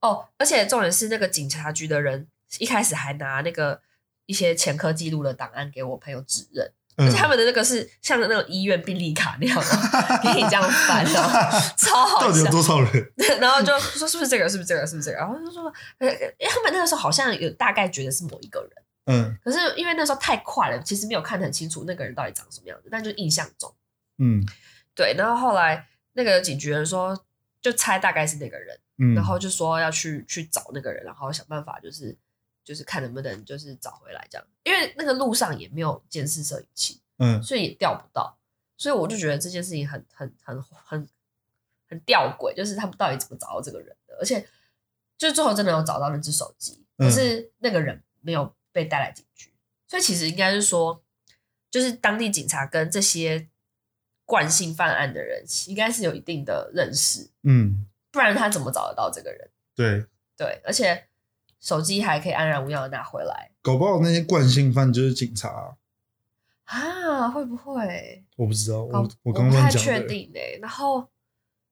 [SPEAKER 2] 哦，而且重点是那个警察局的人一开始还拿那个一些前科记录的档案给我朋友指认。而
[SPEAKER 1] 嗯
[SPEAKER 2] 且，他们的那个是像那种医院病历卡那样的， 给你这样翻的， 超好啊
[SPEAKER 1] 到底
[SPEAKER 2] 笑
[SPEAKER 1] 有。多少人？
[SPEAKER 2] 然后就说是不是这个，是不是这个，是不是这个？然后就说，呃，因为他们那个时候好像有大概觉得是某一个人，
[SPEAKER 1] 嗯，
[SPEAKER 2] 可是因为那时候太快了，其实没有看得很清楚那个人到底长什么样子，但就印象中。
[SPEAKER 1] 嗯，
[SPEAKER 2] 对，然后后来那个警局人说，就猜大概是那个人，
[SPEAKER 1] 嗯，
[SPEAKER 2] 然后就说要去去找那个人，然后想办法就是就是看能不能就是找回来这样，因为那个路上也没有监视摄影器。
[SPEAKER 1] 嗯，
[SPEAKER 2] 所以也钓不到。所以我就觉得这件事情很很很很很吊诡，就是他们到底怎么找到这个人的？而且，就最后真的有找到那只手机，
[SPEAKER 1] 嗯
[SPEAKER 2] 可是那个人没有被带来警局。所以其实应该是说，就是当地警察跟这些惯性犯案的人应该是有一定的认识，
[SPEAKER 1] 嗯，
[SPEAKER 2] 不然他怎么找得到这个人？
[SPEAKER 1] 对，
[SPEAKER 2] 对，而且手机还可以安然无恙的拿回来
[SPEAKER 1] 搞不好那些惯性犯就是警察啊，
[SPEAKER 2] 啊？会不会？
[SPEAKER 1] 我不知道，
[SPEAKER 2] 搞
[SPEAKER 1] 我我
[SPEAKER 2] 不
[SPEAKER 1] 刚
[SPEAKER 2] 太
[SPEAKER 1] 乱讲
[SPEAKER 2] 确
[SPEAKER 1] 的，
[SPEAKER 2] 定哎、然后，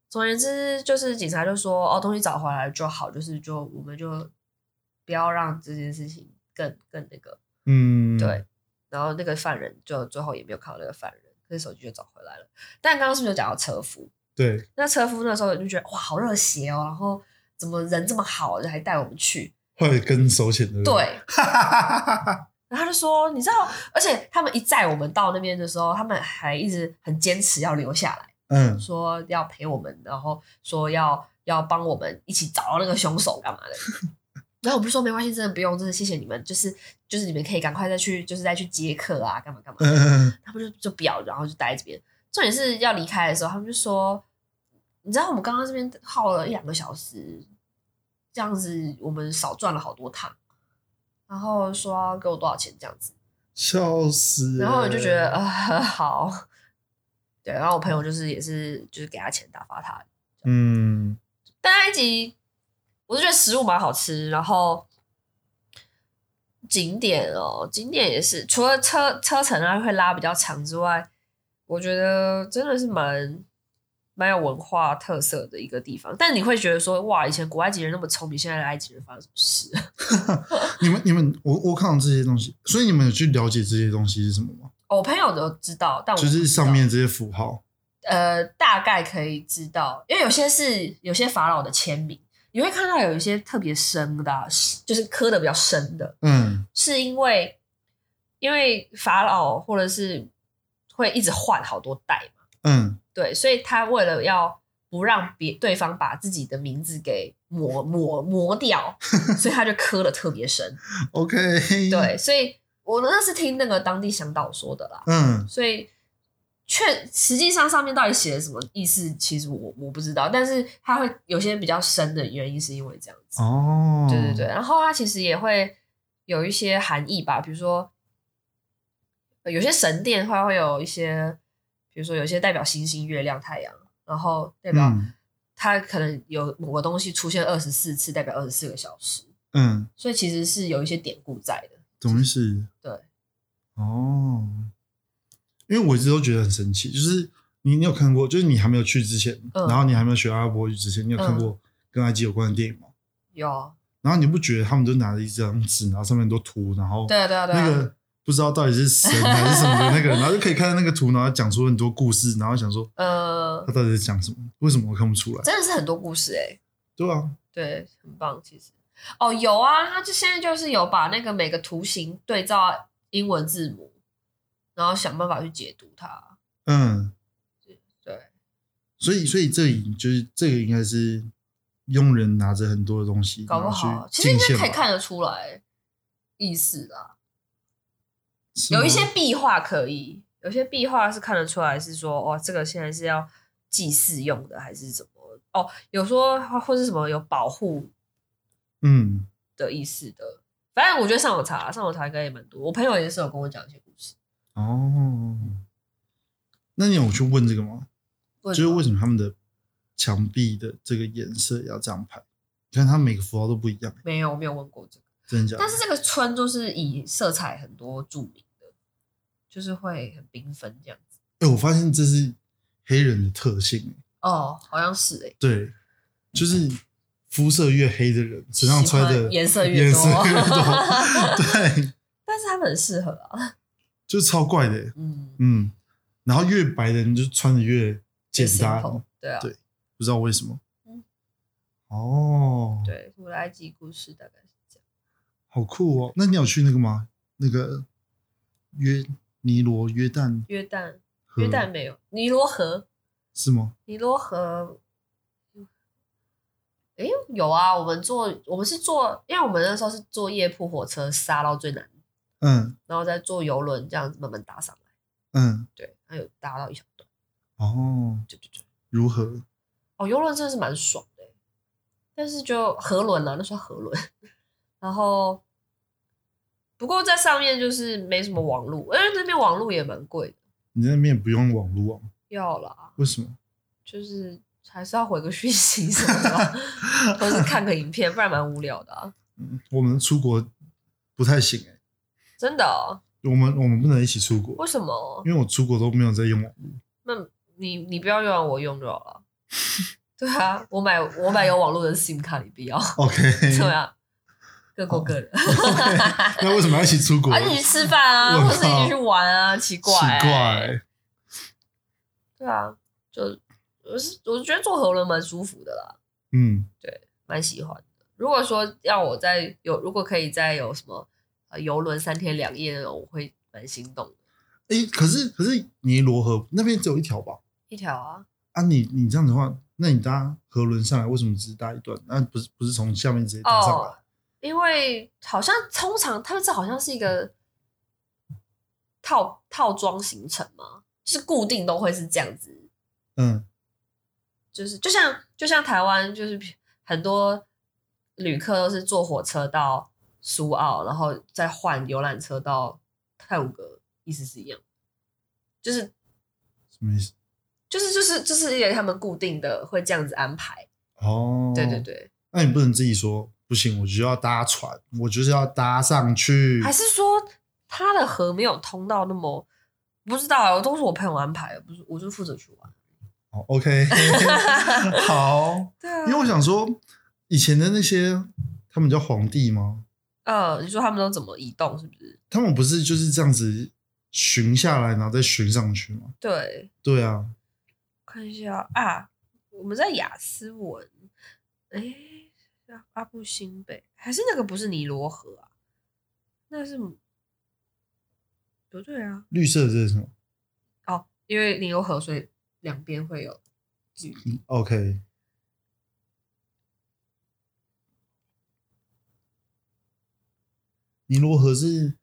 [SPEAKER 2] 总而言之，就是警察就说哦，东西找回来就好，就是就我们就不要让这件事情更更那个
[SPEAKER 1] 嗯，
[SPEAKER 2] 对。，然后那个犯人就最后也没有看到那个犯人，可是手机就找回来了。但刚刚是不是有讲到车夫？
[SPEAKER 1] 对，
[SPEAKER 2] 那车夫那时候就觉得哇，好热血哦，然后怎么人这么好，还带我们去？
[SPEAKER 1] 后来跟手显的，
[SPEAKER 2] 对，，
[SPEAKER 1] 哈哈哈哈，
[SPEAKER 2] 然后他就说你知道，而且他们一载我们到那边的时候，他们还一直很坚持要留下来。
[SPEAKER 1] 嗯，
[SPEAKER 2] 说要陪我们，然后说要要帮我们一起找到那个凶手干嘛的。然后我们就说没关系，真的不用，真的谢谢你们，就是就是你们可以赶快再去，就是再去接客啊，干嘛干嘛。
[SPEAKER 1] 嗯
[SPEAKER 2] 他们就就不要，然后就待在这边。重点是要离开的时候，他们就说，你知道我们刚刚这边耗了一两个小时，这样子我们少赚了好多趟。然后说要给我多少钱这样子，
[SPEAKER 1] 笑死，
[SPEAKER 2] 然后我就觉得，呃好，对，然后我朋友就是也是就是给他钱打发他，
[SPEAKER 1] 嗯，
[SPEAKER 2] 但埃及，我是觉得食物蛮好吃，然后景点哦，景点也是，除了车车程啊会拉比较长之外，我觉得真的是蛮蛮有文化特色的一个地方。但你会觉得说，哇，以前古埃及人那么聪明，现在的埃及人发生什么事？
[SPEAKER 1] 你们你们，我我看到这些东西，所以你们有去了解这些东西是什么吗？
[SPEAKER 2] 哦我朋友都知道，哦但我
[SPEAKER 1] 就是
[SPEAKER 2] 不知道
[SPEAKER 1] 上面这些符号，
[SPEAKER 2] 呃，大概可以知道，因为有些是有些法老的签名，你会看到有一些特别深的啊、就是刻的比较深的，
[SPEAKER 1] 嗯
[SPEAKER 2] 是因为因为法老或者是会一直换好多代嘛，
[SPEAKER 1] 嗯
[SPEAKER 2] 对，所以他为了要不让别对方把自己的名字给磨磨磨掉，所以他就刻的特别深。
[SPEAKER 1] ，OK，，
[SPEAKER 2] 对，所以我那是听那个当地向导说的啦，
[SPEAKER 1] 嗯
[SPEAKER 2] 所以确实际上上面到底写的什么意思，其实我我不知道，但是他会有些比较深的原因是因为这样子。
[SPEAKER 1] 哦，
[SPEAKER 2] 对对对，，然后它其实也会有一些含义吧，比如说呃有些神殿它会有一些，比如说有些代表星星、月亮、太阳，然后代表
[SPEAKER 1] 嗯
[SPEAKER 2] 它可能有某个东西出现二十四次，代表二十四个小时，
[SPEAKER 1] 嗯，
[SPEAKER 2] 所以其实是有一些典故在的。
[SPEAKER 1] 懂意思？
[SPEAKER 2] 对，
[SPEAKER 1] 哦，因为我一直都觉得很神奇，就是你你有看过，就是你还没有去之前，
[SPEAKER 2] 嗯
[SPEAKER 1] 然后你还没有学阿拉伯语之前，你有看过跟埃及有关的电影吗？
[SPEAKER 2] 有，啊
[SPEAKER 1] 然后你不觉得他们都拿着一张纸，然后上面很多图，然后
[SPEAKER 2] 对啊对啊对啊，
[SPEAKER 1] 那个不知道到底是神还是什么的那个人，然后就可以看到那个图，然后讲出很多故事，然后想说
[SPEAKER 2] 呃
[SPEAKER 1] 他，到底在讲什么？为什么我看不出来？
[SPEAKER 2] 真的是很多故事哎、
[SPEAKER 1] 对啊，
[SPEAKER 2] 对，很棒，其实。哦，有啊，他就现在就是有把那个每个图形对照英文字母，然后想办法去解读它。
[SPEAKER 1] 嗯，
[SPEAKER 2] 对，
[SPEAKER 1] 所以所以这里就是这个应该是佣人拿着很多的东西，
[SPEAKER 2] 搞不
[SPEAKER 1] 然后
[SPEAKER 2] 好
[SPEAKER 1] 去
[SPEAKER 2] 其实应
[SPEAKER 1] 进
[SPEAKER 2] 该
[SPEAKER 1] 献
[SPEAKER 2] 可以
[SPEAKER 1] 吧
[SPEAKER 2] 看得出来意思啦。
[SPEAKER 1] 是
[SPEAKER 2] 有一
[SPEAKER 1] 吗
[SPEAKER 2] 些壁画可以，有些壁画是看得出来是说，哦，这个现在是要祭祀用的，还是怎么？哦，有说或是什么有保护
[SPEAKER 1] 嗯，
[SPEAKER 2] 的意思的。反正我觉得上网查，上网查应该也蛮多。我朋友也是有跟我讲一些故事。
[SPEAKER 1] 哦，那你有去问这个吗？就
[SPEAKER 2] 就
[SPEAKER 1] 是为什么他们的墙壁的这个颜色要这样排？你看它每个符号都不一样，
[SPEAKER 2] 没有，我没有问过这个。
[SPEAKER 1] 真的假的？
[SPEAKER 2] 但是这个村就是以色彩很多著名的，就是会很缤纷这样子。
[SPEAKER 1] 哎、我发现这是黑人的特性，
[SPEAKER 2] 哦，好像是哎、
[SPEAKER 1] 对，就是肤色越黑的人，身上穿
[SPEAKER 2] 喜
[SPEAKER 1] 的
[SPEAKER 2] 欢颜色越
[SPEAKER 1] 颜色
[SPEAKER 2] 多
[SPEAKER 1] 越多，对，
[SPEAKER 2] 但是他们很适合啊。
[SPEAKER 1] 就超怪的，
[SPEAKER 2] 嗯，
[SPEAKER 1] 嗯。然后越白的人就穿的越简单，
[SPEAKER 2] 很 simple，对啊，
[SPEAKER 1] 对不知道为什么
[SPEAKER 2] 嗯。
[SPEAKER 1] 哦，
[SPEAKER 2] 对，古埃及故事大概是这样。
[SPEAKER 1] 好酷哦！那你有去那个吗？那个约尼罗约旦
[SPEAKER 2] 约旦，
[SPEAKER 1] 河
[SPEAKER 2] 约旦没有，尼罗河，
[SPEAKER 1] 是吗？
[SPEAKER 2] 尼罗河。哎，有啊，我们坐，我们是坐，因为我们那时候是坐夜铺火车杀到最南，
[SPEAKER 1] 嗯
[SPEAKER 2] 然后再坐游轮这样子慢慢搭上来，
[SPEAKER 1] 嗯，
[SPEAKER 2] 对，还有搭到一小段，
[SPEAKER 1] 哦，
[SPEAKER 2] 对对对。
[SPEAKER 1] 如何？
[SPEAKER 2] 哦，游轮真的是蛮爽的欸，但是就河轮啊，那算河轮。 然后，不过在上面就是没什么网路，因为那边网路也蛮贵的。
[SPEAKER 1] 你在那边也不用网络啊？
[SPEAKER 2] 要啦，
[SPEAKER 1] 为什么？
[SPEAKER 2] 就是还是要回个讯息什么的 吧，或是看个影片，不然蛮无聊的、啊。
[SPEAKER 1] 嗯，我们出国不太行哎、
[SPEAKER 2] 真的哦、
[SPEAKER 1] 我们我们不能一起出
[SPEAKER 2] 为
[SPEAKER 1] 国，
[SPEAKER 2] 什么？哦
[SPEAKER 1] 因为我出国都没有在用网络。
[SPEAKER 2] 那你你不要用，我用就好了。 对啊，我买我买有网络的 SIM 卡，你不要，
[SPEAKER 1] OK，
[SPEAKER 2] 怎么样？各过各的。
[SPEAKER 1] 那为什么要一起出国？
[SPEAKER 2] 啊，一起吃饭啊，
[SPEAKER 1] 我
[SPEAKER 2] 或是一
[SPEAKER 1] 靠
[SPEAKER 2] 起去玩啊，奇怪、欸
[SPEAKER 1] 奇怪，欸
[SPEAKER 2] 对啊，就我是我觉得坐河轮蛮舒服的啦，
[SPEAKER 1] 嗯，
[SPEAKER 2] 蛮喜欢的。如果说让我在有，如果可以再有什么呃游轮三天两夜那种，我会蛮心动的。
[SPEAKER 1] 哎、可是可是尼罗河那边只有一条吧？
[SPEAKER 2] 一条啊，
[SPEAKER 1] 啊你，你这样子的话，那你搭河轮上来，为什么只是搭一段？那、不是不是从下面直接搭上来？
[SPEAKER 2] 哦，因为好像通常他们这好像是一个套套装行程嘛，就是固定都会是这样子
[SPEAKER 1] 嗯
[SPEAKER 2] 就是就像就像台湾，就是很多旅客都是坐火车到苏澳，然后再换游览车到泰晤阁，意思是一样，就是
[SPEAKER 1] 什么意思？
[SPEAKER 2] 就是就是就是因为他们固定的会这样子安排，
[SPEAKER 1] 哦，
[SPEAKER 2] 对对。对，
[SPEAKER 1] 那你不能自己说不行，我就要搭船，我就是要搭上去
[SPEAKER 2] 还。是说它的河没有通到那么不知道，都是我朋友安排的，不是，我就负责去玩。
[SPEAKER 1] 哦，OK，好，
[SPEAKER 2] 对啊
[SPEAKER 1] 因为我想说，以前的那些他们叫皇帝吗？
[SPEAKER 2] 嗯，你说他们都怎么移动？是不是？
[SPEAKER 1] 他们不是就是这样子巡下来，然后再巡上去吗？
[SPEAKER 2] 对，
[SPEAKER 1] 对啊，
[SPEAKER 2] 看一下啊，我们在雅思文，哎，啊阿布辛贝还是那个不是尼罗河啊？那是不对啊，
[SPEAKER 1] 绿色的这是什么
[SPEAKER 2] 哦，因为尼罗河，所以两边会有距离。
[SPEAKER 1] ？OK，尼罗河是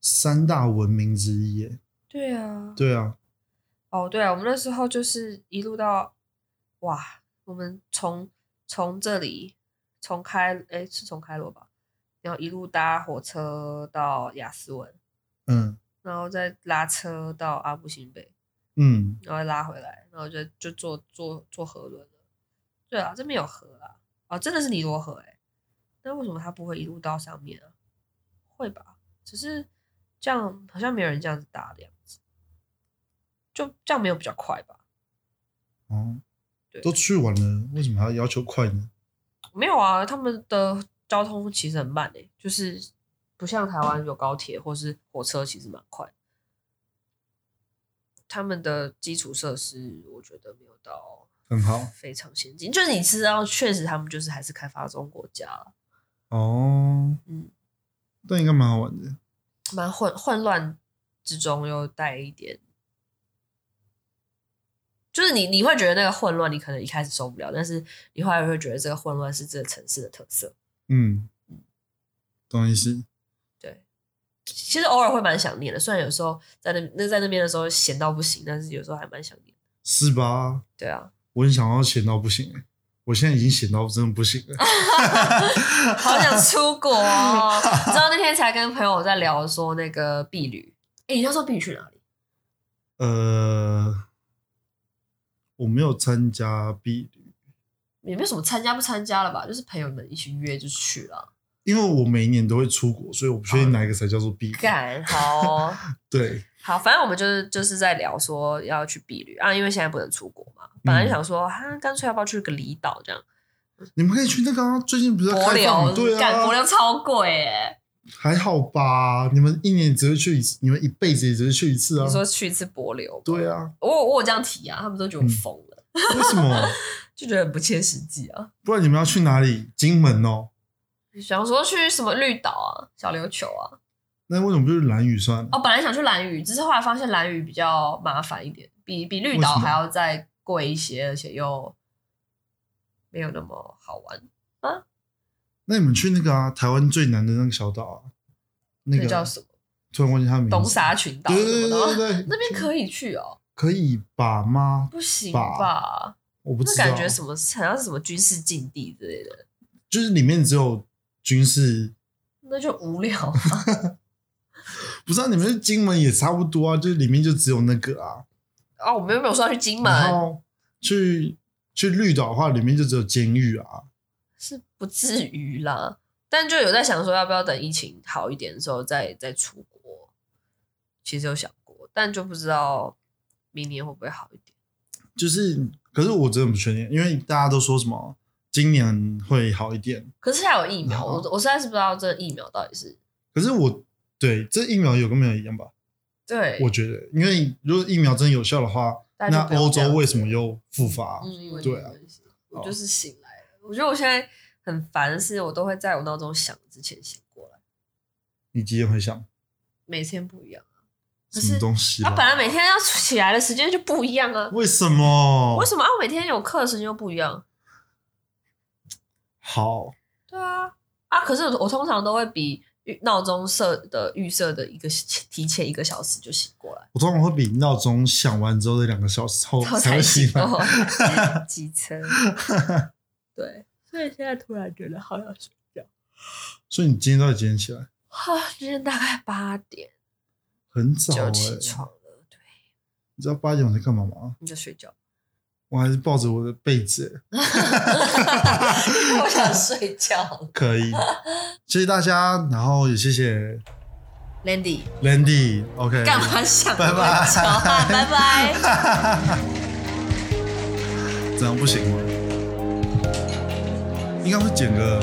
[SPEAKER 1] 三大文明之一耶。
[SPEAKER 2] 对啊，
[SPEAKER 1] 对啊，
[SPEAKER 2] 哦，对啊，我们那时候就是一路到，哇，我们从从这里从开，哎，是从开罗吧，然后一路搭火车到雅斯文，
[SPEAKER 1] 嗯
[SPEAKER 2] 然后再拉车到阿布辛贝，
[SPEAKER 1] 嗯，
[SPEAKER 2] 然后再拉回来，然后就就坐坐坐河轮了。对啊，这边有河啦，哦，真的是尼罗河哎、那为什么它不会一路到上面啊？会吧，只是这样好像没有人这样子搭的样子，就这样没有比较快吧？
[SPEAKER 1] 哦
[SPEAKER 2] 对，
[SPEAKER 1] 都去完了，为什么还要要求快呢？
[SPEAKER 2] 没有啊，他们的交通其实很慢诶、就是不像台湾有高铁或是火车，其实蛮快。他们的基础设施我觉得没有到
[SPEAKER 1] 很好
[SPEAKER 2] 非常先进，就是你知道，确实他们就是还是开发中国家了，
[SPEAKER 1] 哦，
[SPEAKER 2] 嗯，
[SPEAKER 1] 但应该蛮好玩的。
[SPEAKER 2] 蛮混混乱之中又带一点。就是你，你会觉得那个混乱，你可能一开始受不了，但是你后来会觉得这个混乱是这个城市的特色。
[SPEAKER 1] 嗯，懂意思。
[SPEAKER 2] 对，其实偶尔会蛮想念的，虽然有时候在那那在那边的时候闲到不行，但是有时候还蛮想念。
[SPEAKER 1] 是吧？
[SPEAKER 2] 对啊，
[SPEAKER 1] 我很想要闲到不行、欸，我现在已经闲到真的不行了。
[SPEAKER 2] 好想出国哦！你知道那天才跟朋友在聊说那个避旅，哎、你那时候避旅去哪里？
[SPEAKER 1] 呃，我没有参加毕旅，
[SPEAKER 2] 也没有什么参加不参加了吧，就是朋友们一起约就去了。
[SPEAKER 1] 因为我每一年都会出国，所以我不确定哪一个才叫做毕旅。
[SPEAKER 2] 哦干好哦、
[SPEAKER 1] 对，
[SPEAKER 2] 好，反正我们就是就是在聊说要去避旅啊，因为现在不能出国嘛。本来就想说，哈、干脆要不要去个离岛这样？
[SPEAKER 1] 你们可以去那个、啊、最近不是在
[SPEAKER 2] 帛
[SPEAKER 1] 开放？对
[SPEAKER 2] 琉，干帛
[SPEAKER 1] 啊，
[SPEAKER 2] 琉超贵耶！
[SPEAKER 1] 还好吧？你们一年只会去一次，你们一辈子也只会去一次啊
[SPEAKER 2] 你。说去一次帛琉，
[SPEAKER 1] 对啊，
[SPEAKER 2] 我我有这样提啊，他们都觉得我疯了，
[SPEAKER 1] 为什么？
[SPEAKER 2] 就觉得很不切实际啊。
[SPEAKER 1] 不然你们要去哪里？金门哦，
[SPEAKER 2] 想说去什么绿岛啊、小琉球啊，
[SPEAKER 1] 那为什么不是蓝屿算了？
[SPEAKER 2] 哦，本来想去兰屿，只是后来发现兰屿比较麻烦一点，比比绿岛
[SPEAKER 1] 为什么
[SPEAKER 2] 还要再贵一些，而且又没有那么好玩。
[SPEAKER 1] 那你们去那个啊，台湾最南的那个小岛啊，那个
[SPEAKER 2] 叫什么？
[SPEAKER 1] 突然忘记他的名字。
[SPEAKER 2] 东沙群岛
[SPEAKER 1] 对
[SPEAKER 2] 什
[SPEAKER 1] 对对
[SPEAKER 2] 么的吗，
[SPEAKER 1] 对对，
[SPEAKER 2] 那边可以去哦，
[SPEAKER 1] 可以吧吗？
[SPEAKER 2] 不行
[SPEAKER 1] 吧
[SPEAKER 2] 吧？
[SPEAKER 1] 我不
[SPEAKER 2] 那
[SPEAKER 1] 知道，
[SPEAKER 2] 感觉什么，好像是什么军事禁地之类的，
[SPEAKER 1] 就是里面只有军事，
[SPEAKER 2] 那就无聊啊。
[SPEAKER 1] 不知道、你们去金门也差不多啊，就是里面就只有那个啊。
[SPEAKER 2] 哦，我们又没有说要去金
[SPEAKER 1] 然
[SPEAKER 2] 门，
[SPEAKER 1] 后去去绿岛的话，里面就只有监狱啊。
[SPEAKER 2] 是不至于啦，但就有在想说要不要等疫情好一点的时候再再出国，其实有想过，但就不知道明年会不会好一点。
[SPEAKER 1] 就是，可是我真的不确定，因为大家都说什么今年会好一点，
[SPEAKER 2] 可是现在有疫苗，
[SPEAKER 1] 好
[SPEAKER 2] 我我实在是不知道这疫苗到底是
[SPEAKER 1] 可是我对这疫苗有跟没有一样吧？
[SPEAKER 2] 对，
[SPEAKER 1] 我觉得，因为如果疫苗真有效的话，
[SPEAKER 2] 大家
[SPEAKER 1] 那
[SPEAKER 2] 就不要
[SPEAKER 1] 欧
[SPEAKER 2] 这样
[SPEAKER 1] 洲
[SPEAKER 2] 子
[SPEAKER 1] 为什么又复发？
[SPEAKER 2] 嗯，因为
[SPEAKER 1] 对啊，
[SPEAKER 2] 我就是醒来了。我觉得我现在很烦的是，我都会在我闹钟响之前醒过来，
[SPEAKER 1] 你几点会想
[SPEAKER 2] 每天不一样。可
[SPEAKER 1] 什
[SPEAKER 2] 是
[SPEAKER 1] 么东西
[SPEAKER 2] 啊，
[SPEAKER 1] 啦？
[SPEAKER 2] 本来每天要起来的时间就不一样啊，
[SPEAKER 1] 为什么？
[SPEAKER 2] 为什么啊？我每天有课的时间又不一样。
[SPEAKER 1] 好，
[SPEAKER 2] 对啊，啊，可是我我通常都会比预闹钟设的预设的一个提前一个小时就醒过来，
[SPEAKER 1] 我通常会比闹钟响完之后的两个小时后
[SPEAKER 2] 然后
[SPEAKER 1] 哦才会醒
[SPEAKER 2] 过
[SPEAKER 1] 来。
[SPEAKER 2] 来，机车。对，所以现在突然觉得好想睡觉。
[SPEAKER 1] 所以你今天到底几点起来？
[SPEAKER 2] 啊，今天大概八点
[SPEAKER 1] 很早
[SPEAKER 2] 就
[SPEAKER 1] 哎、
[SPEAKER 2] 起床了，对，
[SPEAKER 1] 你知道八点我在干嘛吗？
[SPEAKER 2] 你就睡 觉。
[SPEAKER 1] 我还是抱着我的被子欸、
[SPEAKER 2] 我想睡觉了。
[SPEAKER 1] 可以。谢谢大家，然后也谢谢
[SPEAKER 2] Landy，
[SPEAKER 1] Landy，OK，、
[SPEAKER 2] 干嘛想
[SPEAKER 1] 拜拜
[SPEAKER 2] 交 换拜拜。
[SPEAKER 1] 这样不行吗？应该会剪个